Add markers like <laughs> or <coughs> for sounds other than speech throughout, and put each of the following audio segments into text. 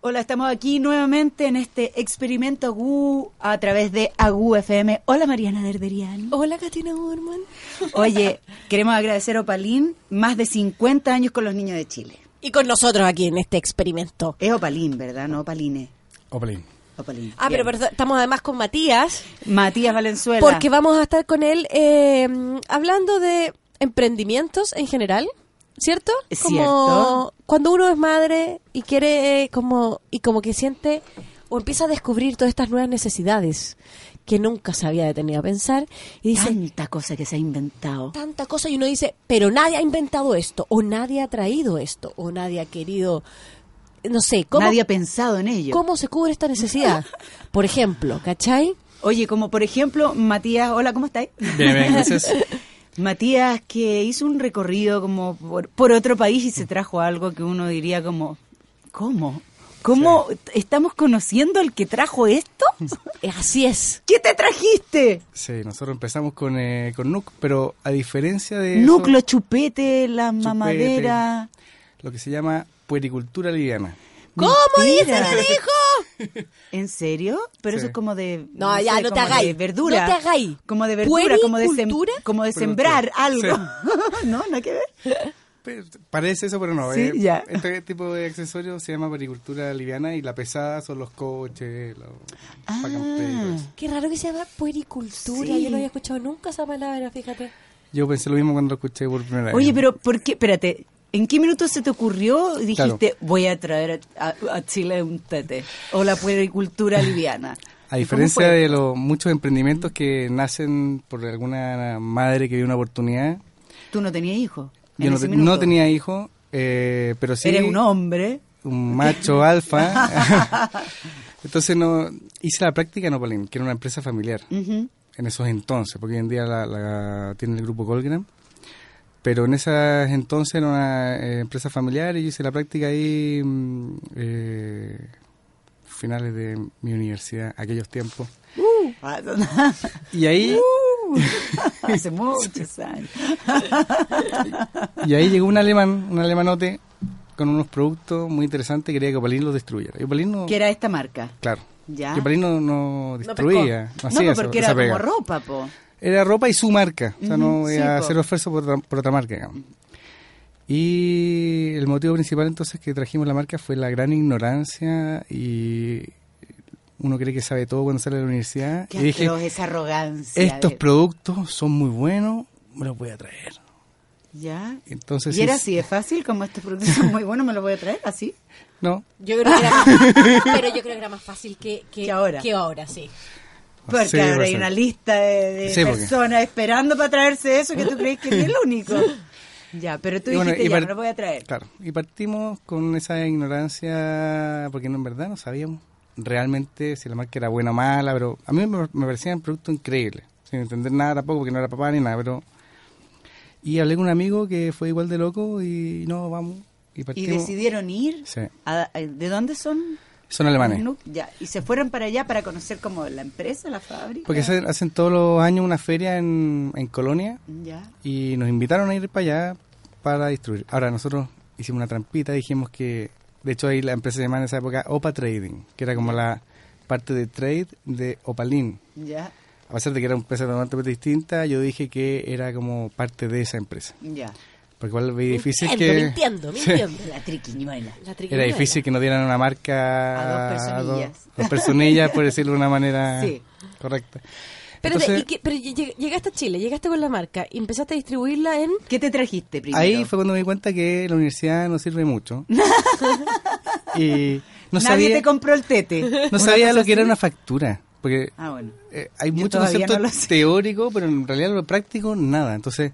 Hola, estamos aquí nuevamente en este experimento Agú a través de Agú FM. Hola Mariana Derderian. Hola, Katina Urman. Oye, queremos agradecer a Opalín más de 50 años con los niños de Chile. Y con nosotros aquí en este experimento. Es Opalín, ¿verdad? No Opaline. Opalín. Opalín. Ah, pero Bien. perdón, estamos además con Matías, Matías Valenzuela. porque vamos a estar con él eh, hablando de emprendimientos en general, ¿cierto? Es como cierto. cuando uno es madre y quiere eh, como y como que siente o empieza a descubrir todas estas nuevas necesidades que nunca se había detenido a pensar y dice, Tanta cosa que se ha inventado. tanta cosa y uno dice, pero nadie ha inventado esto, o nadie ha traído esto, o nadie ha querido, no sé, ¿cómo, Nadie ha pensado en ello. cómo se cubre esta necesidad? Por ejemplo, ¿cachai? Oye, como por ejemplo, Matías, hola, ¿cómo estáis? Bien, bien, gracias. Matías que hizo un recorrido como por, por otro país y se trajo algo que uno diría como, ¿cómo? ¿Cómo estamos conociendo al que trajo <laughs> esto? Eh, Así es. ¿Qué te trajiste? <laughs> Sí, nosotros empezamos con, eh, con Nuc, pero a diferencia de. eso, Núcleo, chupete, la chupete, mamadera. Lo que se llama puericultura liviana. ¿Cómo dice Mentira. el hijo? ¿En serio? Pero eso Sí. es como de... No, ya, no te como hagáis. de verdura. No te hagáis. Como de verdura, como de, sem- ¿Puericultura? como de sembrar algo. <laughs> Sí. no, nada que ver. Pe- Parece eso, pero no. Sí, eh, ya. Este tipo de accesorios se llama puericultura liviana y la pesada son los coches, los Ah. pacampe y todo eso. Qué raro que se llama puericultura. Sí. Yo no había escuchado nunca esa palabra, fíjate. Yo pensé lo mismo cuando lo escuché por primera vez. Oye, pero ¿por qué? Espérate. ¿En qué minuto se te ocurrió y dijiste, Claro. voy a traer a, a- a Chile un tete? O la puericultura liviana. <laughs> A ¿Y cómo diferencia fue? de los muchos emprendimientos que nacen por alguna madre que vio una oportunidad, Tú no tenías hijos. yo en no, ese te- minuto. no tenía hijos, eh, pero sí. Eres un hombre. un macho alfa. entonces no hice la práctica en Opalín, que era una empresa familiar Ujú. en esos entonces, porque hoy en día la, la tiene el grupo Colgram. Pero en esas entonces era una eh, empresa familiar y yo hice la práctica ahí mm, eh, finales de mi universidad, aquellos tiempos. Uh. Y ahí <laughs> Hace muchos años. Y ahí llegó un alemán, un alemanote, con unos productos muy interesantes que quería que Opalín los destruyera. Y Opalín no... Que era esta marca. Claro. Ya. Y Opalín no, no destruía. No, No, hacía pues eso- porque esa era como pega. ropa, po. Era ropa y su marca. O sea, Ujú, no sí, iba a po. hacer esfuerzo por otra, por otra marca. digamos. Y el motivo principal entonces que trajimos la marca fue la gran ignorancia y uno cree que sabe todo cuando sale de la universidad. Qué y dije, atroz esa arrogancia. estos de- productos son muy buenos, me los voy a traer. Ya. Entonces, y era es- así, es fácil, como estos productos son muy buenos, me los voy a traer así. No, Yo creo que era <laughs> más, pero yo creo que era más fácil que, que, Que ahora. que ahora, sí. Porque Sí, ahora hay pues, una lista de, de Sí, porque- personas esperando para traerse eso que tú crees que es <laughs> el único. Ya, pero tú Y bueno, dijiste, y ya, par- no lo voy a traer. Claro, y partimos con esa ignorancia, porque no, en verdad no sabíamos realmente si la marca era buena o mala, pero a mí me, me parecía un producto increíble, sin entender nada tampoco, porque no era papá ni nada, pero... Y hablé con un amigo que fue igual de loco y no, vamos, y Y partimos... decidieron ir. Sí. a- a- ¿De dónde son? Son alemanes. Nu- Ya, y se fueron para allá para conocer como la empresa, la fábrica. Porque hacen, hacen todos los años una feria en, en Colonia Ya. y nos invitaron a ir para allá para distribuir. Ahora nosotros hicimos una trampita, dijimos que, de hecho ahí la empresa se llamaba en esa época Opa Trading, que era como la parte de trade de Opalín. Ya, A pesar de que era una empresa totalmente distinta, yo dije que era como parte de esa empresa. ya. Porque igual veía difícil mintiendo, que... mintiendo, Sí. mintiendo. La triquiñuela. La Era triquiñuela. difícil que no dieran una marca A dos personillas. dos- dos personillas, por decirlo de una <laughs> manera Sí. correcta. Pero, Entonces, ¿y qué- pero lleg- llegaste a Chile, llegaste con la marca y empezaste a distribuirla en... ¿Qué te trajiste primero? Ahí fue cuando me di cuenta que la universidad no <laughs> sirve mucho. y no Nadie sabía, te compró el <laughs> tete. no sabía lo que era una factura. Porque Ah, bueno. eh, hay Yo muchos todavía conceptos no lo sé. teóricos, pero en realidad lo práctico, nada. Entonces,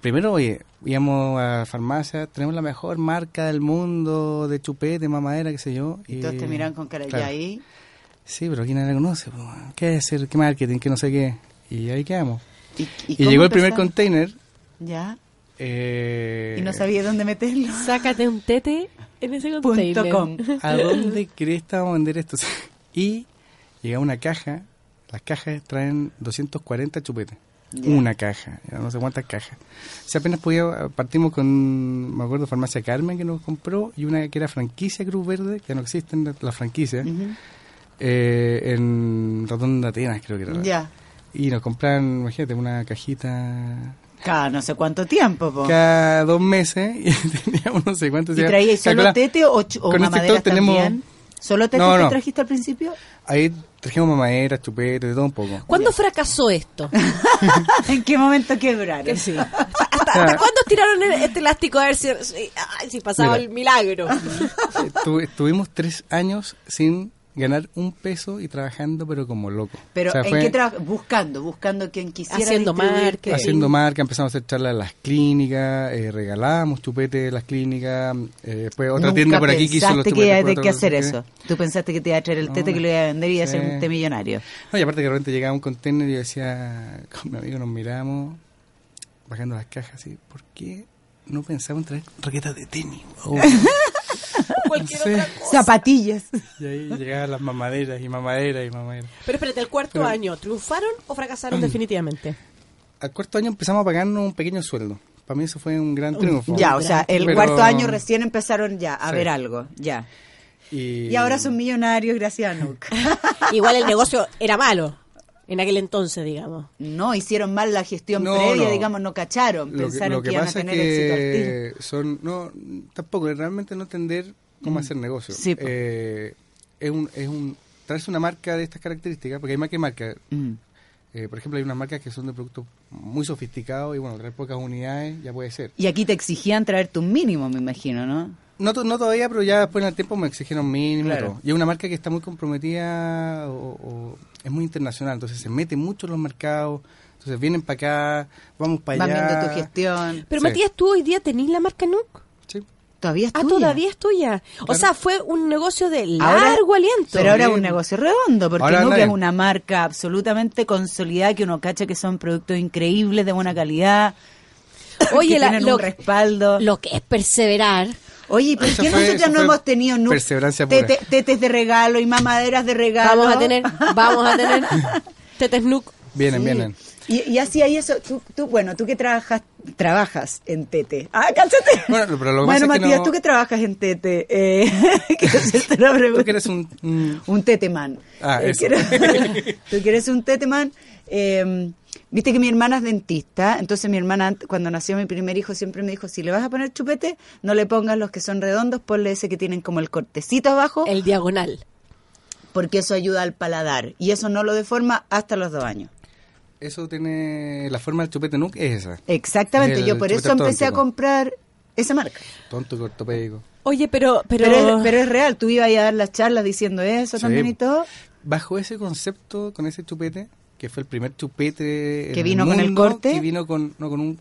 primero, oye, íbamos a la farmacia, tenemos la mejor marca del mundo de chupete, mamadera, qué sé yo. Y todos te miran con cara claro. ya ahí. Sí, pero ¿quién la conoce? po? ¿Qué es el qué marketing? ¿Qué no sé qué? Y ahí quedamos. Y, Y, cómo llegó el primer empezaron? container. Ya. eh, Y no sabía dónde meterlo. Sácate un tete en ese Punto container. com. ¿A dónde crees que vamos a vender esto? <laughs> y llega una caja, las cajas traen 240 chupetes. Ya. Una caja, ya no sé cuántas cajas. O sea, apenas podía, partimos con, me acuerdo, Farmacia Carmen que nos compró y una que era franquicia Cruz Verde, que ya no existen las las franquicias, Ujú. eh, en Rotonda Atenas creo que era. Ya. Y nos compraron, imagínate, una cajita Cada no sé cuánto tiempo, po. cada dos meses <laughs> y teníamos no sé cuántos. Oh. ¿Y traíais solo Calcula- tete o, ch- o con este mamaderas sector tenemos- también? ¿Solo tete No, que no. trajiste al <laughs> principio? <laughs> Ahí trajimos mamaderas, chupetes, de todo un poco. ¿Cuándo fracasó esto? ¿En qué momento quebraron? <laughs> Que sí. ¿Hasta, hasta- hasta cuándo tiraron el- este elástico a ver si, si- ay, si pasaba Mira. el milagro? Estu- estuvimos tres años sin ganar un peso y trabajando, pero como loco. Pero O sea, ¿en fue qué trabajo? Buscando, buscando quien quisiera Haciendo distribuir marketing. qué. Haciendo marca, empezamos a hacer charlas en las clínicas, eh, regalábamos chupetes en las clínicas, eh, después otra Nunca tienda por aquí que hizo los pensaste chupetes. que iba a por tener otro- que hacer ¿qué? eso. Tú pensaste que te iba a traer el No, tete que lo iba a vender y iba a ser sí. un té <laughs> millonario. No, y aparte que de repente llegaba un contenedor y yo decía, con mi amigo nos miramos, bajando las cajas así, ¿por qué no pensamos en traer raquetas de tenis? Oh. O- <laughs> no sé. Zapatillas. Y ahí llegaban las mamaderas y mamaderas y mamaderas. Pero espérate, el cuarto año, ¿triunfaron o fracasaron definitivamente? Al cuarto año empezamos a pagarnos un pequeño sueldo. Para mí eso fue un gran <laughs> triunfo. Ya, o sea, el Pero- cuarto año recién empezaron ya a Sí. ver algo, ya. Y, Y ahora son millonarios gracias a Nuk. Igual el negocio era malo en aquel entonces, digamos. No hicieron mal la gestión No, previa, no. digamos, no cacharon, Lo que, pensaron lo que, que iban a pasa es tener éxito al tiro. que son no tampoco realmente no entender cómo hacer negocio. Sí, po. Eh, es un es un traerse una marca de estas características porque hay marca y marca. Mm. Eh, por ejemplo, hay unas marcas que son de productos muy sofisticados y bueno, traer pocas unidades ya puede ser. Y aquí te exigían traerte un mínimo, me imagino, ¿no? No, to- no todavía, pero ya después en el tiempo me exigieron mínimo. y Claro. todo. Y es una marca que está muy comprometida o, o es muy internacional, entonces se mete mucho en los mercados, entonces vienen para acá, vamos para Van allá. viendo tu gestión. Pero Sí. Matías, ¿tú hoy día tenés la marca Nuke? Sí. Todavía es Ah, tuya. todavía es tuya. O Claro. sea, fue un negocio de Ahora- largo aliento. Pero ahora es un Bien. negocio redondo, porque Ahora anda Nuke es bien. una marca absolutamente consolidada que uno cacha que son productos increíbles, de buena calidad. que <coughs> Oye, la- tienen lo, un respaldo. lo que es perseverar. Oye, ¿y ¿por Eso qué fue- nosotros eso no fue hemos tenido Nuke? perseverancia pura. Tete- tetes de regalo y mamaderas de regalo. Vamos a tener, vamos a <laughs> tener Tetes Nuke. Vienen, Sí. vienen. Y, y así hay eso. Tú, tú, bueno, tú que trabajas, trabajas en Tete. Ah, cállate. Bueno, pero lo que Bueno, pasa es que Matías, no- tú que trabajas en Tete. Eh, <laughs> quiero hacerte una pregunta. Tú que eres un- un Un teteman. Eh, Ah, eso. <laughs> quiero- <laughs> tú que eres un teteman. eh, Viste que mi hermana es dentista, entonces mi hermana ant- cuando nació mi primer hijo siempre me dijo, si le vas a poner chupete, no le pongas los que son redondos, ponle ese que tienen como el cortecito abajo, El diagonal. porque eso ayuda al paladar. Y eso no lo deforma hasta los dos años. Eso tiene la forma del chupete nunca es esa. Exactamente, El yo por chupete eso empecé a ortodóntico. comprar esa marca. Tonto ortopédico. Oye, pero, pero, Pero, es, pero es real, tú ibas a dar las charlas diciendo eso Sí. también y todo. Bajo ese concepto, con ese chupete, que fue el primer chupete en Que vino con el mundo, corte. que vino con no con un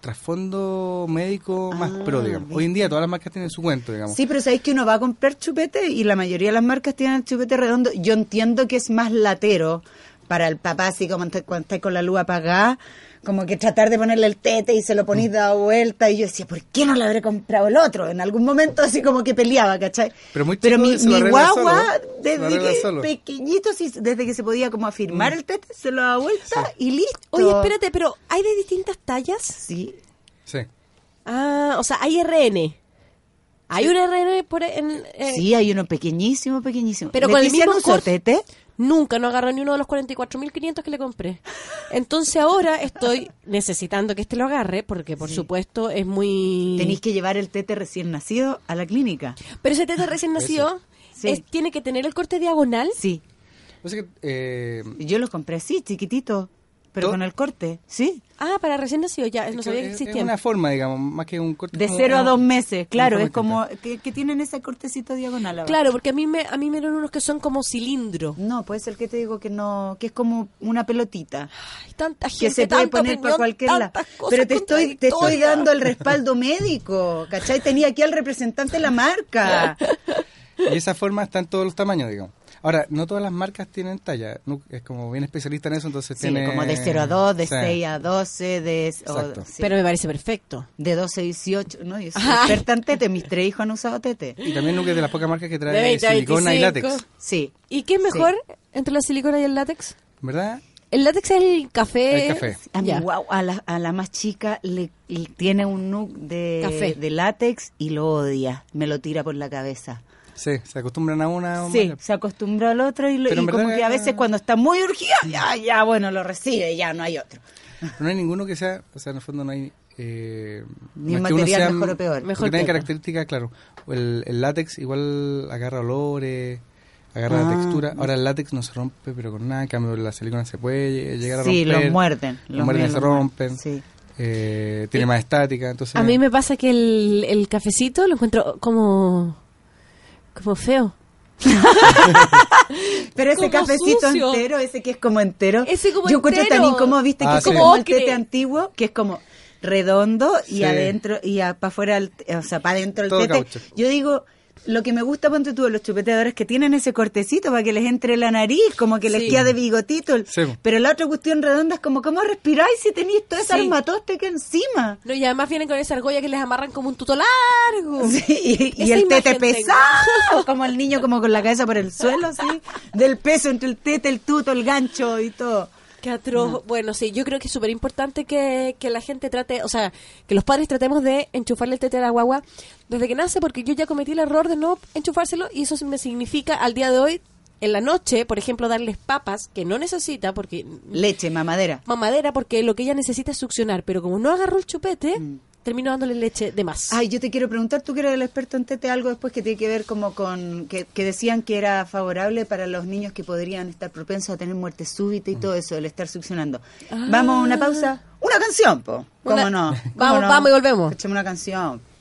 trasfondo médico más Ah, pro, digamos. Hoy en día todas las marcas tienen su cuento, digamos. Sí, pero sabéis que uno va a comprar chupete y la mayoría de las marcas tienen el chupete redondo. Yo entiendo que es más latero para el papá, así como ante- cuando estáis con la luz apagada, como que tratar de ponerle el tete y se lo Mm. ponís dado vuelta. Y yo decía, ¿por qué no le habré comprado el otro? En algún momento así como que peleaba, ¿cachai? Pero muy chico mi, se lo mi arregla guagua, solo, ¿eh? Se lo desde arregla que solo. Mm. pequeñito, sí, desde que se podía como afirmar el tete, se lo daba vuelta y listo. oye, espérate, pero ¿hay de distintas tallas? Sí, Sí. Ah, o sea, hay RN. Hay un RN por en... eh, sí, hay uno pequeñísimo, pequeñísimo. Pero con el ¿Leticia mismo no usó corte. tete? Nunca no agarró ni uno de los 44.500 que le compré. Entonces ahora estoy necesitando que este lo agarre porque por supuesto es muy... Tenéis que llevar el tete recién nacido a la clínica. Pero ese tete recién nacido Sí. es- tiene que tener el corte diagonal. Sí. O sea que, eh, Yo lo compré así, chiquitito, pero ¿Todo? con el corte, sí. Ah, para recién nacido ya, no es sabía que que es- existía. Es una forma, digamos, más que un corte. De como- cero a no, dos meses, claro, una Oh, es forma como que, que tienen ese cortecito diagonal. abajo. Claro, porque a mí me a mí me dieron unos que son como cilindro. No, puede ser que te digo que no, que es como una pelotita. Ay, tanta gente, Que se puede tanta poner para opinión, cualquier lado. tantas cosas Pero te estoy, te estoy contradictorias. dando el respaldo médico, ¿cachai? Tenía aquí al representante de la <laughs> marca. Y esa forma está en todos los tamaños, digamos. Ahora, no todas las marcas tienen talla. Nu- Es como bien especialista en eso, entonces Sí, tiene... como de 0 a 2, de Sí. 6 a 12, de, o- Exacto. sí, Pero me parece perfecto. de 12 a 18. No, yo soy Ay. experta en tete, mis tres hijos han usado tete. Y también Nuke es de las pocas marcas De que trae 20 a silicona y 25. látex. Sí. ¿Y qué es mejor entre la silicona y el látex? ¿Verdad? el látex es el café. El café. A mi Ya. guau- a la, a la más chica le, le tiene un nuc de, Café. de látex y lo odia, me lo tira por la cabeza. Sí, se acostumbran a una. Sí, mala. se acostumbra al otro y, lo- Ah, Pero y en como verdad que a era- veces cuando está muy urgida, ya, ya, bueno, lo recibe, ya no hay otro. Pero no hay ninguno que sea, o sea, en el fondo no hay... Eh, Ni no es que material uno mejor o peor. Mejor porque tiene que otro. características, claro. El, el látex igual agarra olores, agarra la Ah. textura. Ahora el látex no se rompe, pero con nada. En cambio, la silicona se puede llegar a Sí, romper. los muerden. Los los muerden, mismos se rompen. Sí. Eh, tiene más estática, entonces... A mí me pasa que el, el cafecito lo encuentro como, como feo. Pero ese Como cafecito sucio. entero, ese que es como entero. Ese como yo encuentro entero. tan incómodo, viste, que Ah, es sí. como el Ocre. tete antiguo, que es como redondo y Sí. adentro, y para afuera, el- o sea, para adentro el Todo tete. caucho. Yo digo. Lo que me gusta, ponte tú, de los chupeteadores que tienen ese cortecito para que les entre la nariz, como que les Sí. queda de bigotito. el- Sí. Pero la otra cuestión redonda es como, ¿cómo respiráis si tenéis toda esa Sí. armatoste que encima? No, y además vienen con esa argolla que les amarran como un tuto largo. Sí, y, y Esa el tete imagen tengo. pesado, como el niño como con la cabeza por el suelo, así, del peso entre el tete, el tuto, el gancho y todo. Qué atroz. Bueno, sí, yo creo que es súper importante que, que la gente trate, o sea, que los padres tratemos de enchufarle el tete a la guagua desde que nace, porque yo ya cometí el error de no enchufárselo y eso me significa al día de hoy, en la noche, por ejemplo, darles papas que no necesita, porque Leche, mamadera. mamadera, porque lo que ella necesita es succionar, pero como no agarró el chupete, termino dándole leche de más. Ay, yo te quiero preguntar, tú que eres el experto en tete, algo después que tiene que ver como con, que, que decían que era favorable para los niños que podrían estar propensos a tener muerte súbita y todo eso, el estar succionando. Vamos a una pausa, una canción, po. ¿Cómo Ah. Una- no? ¿Cómo Vamos, no? vamos y volvemos. Escuchemos una canción.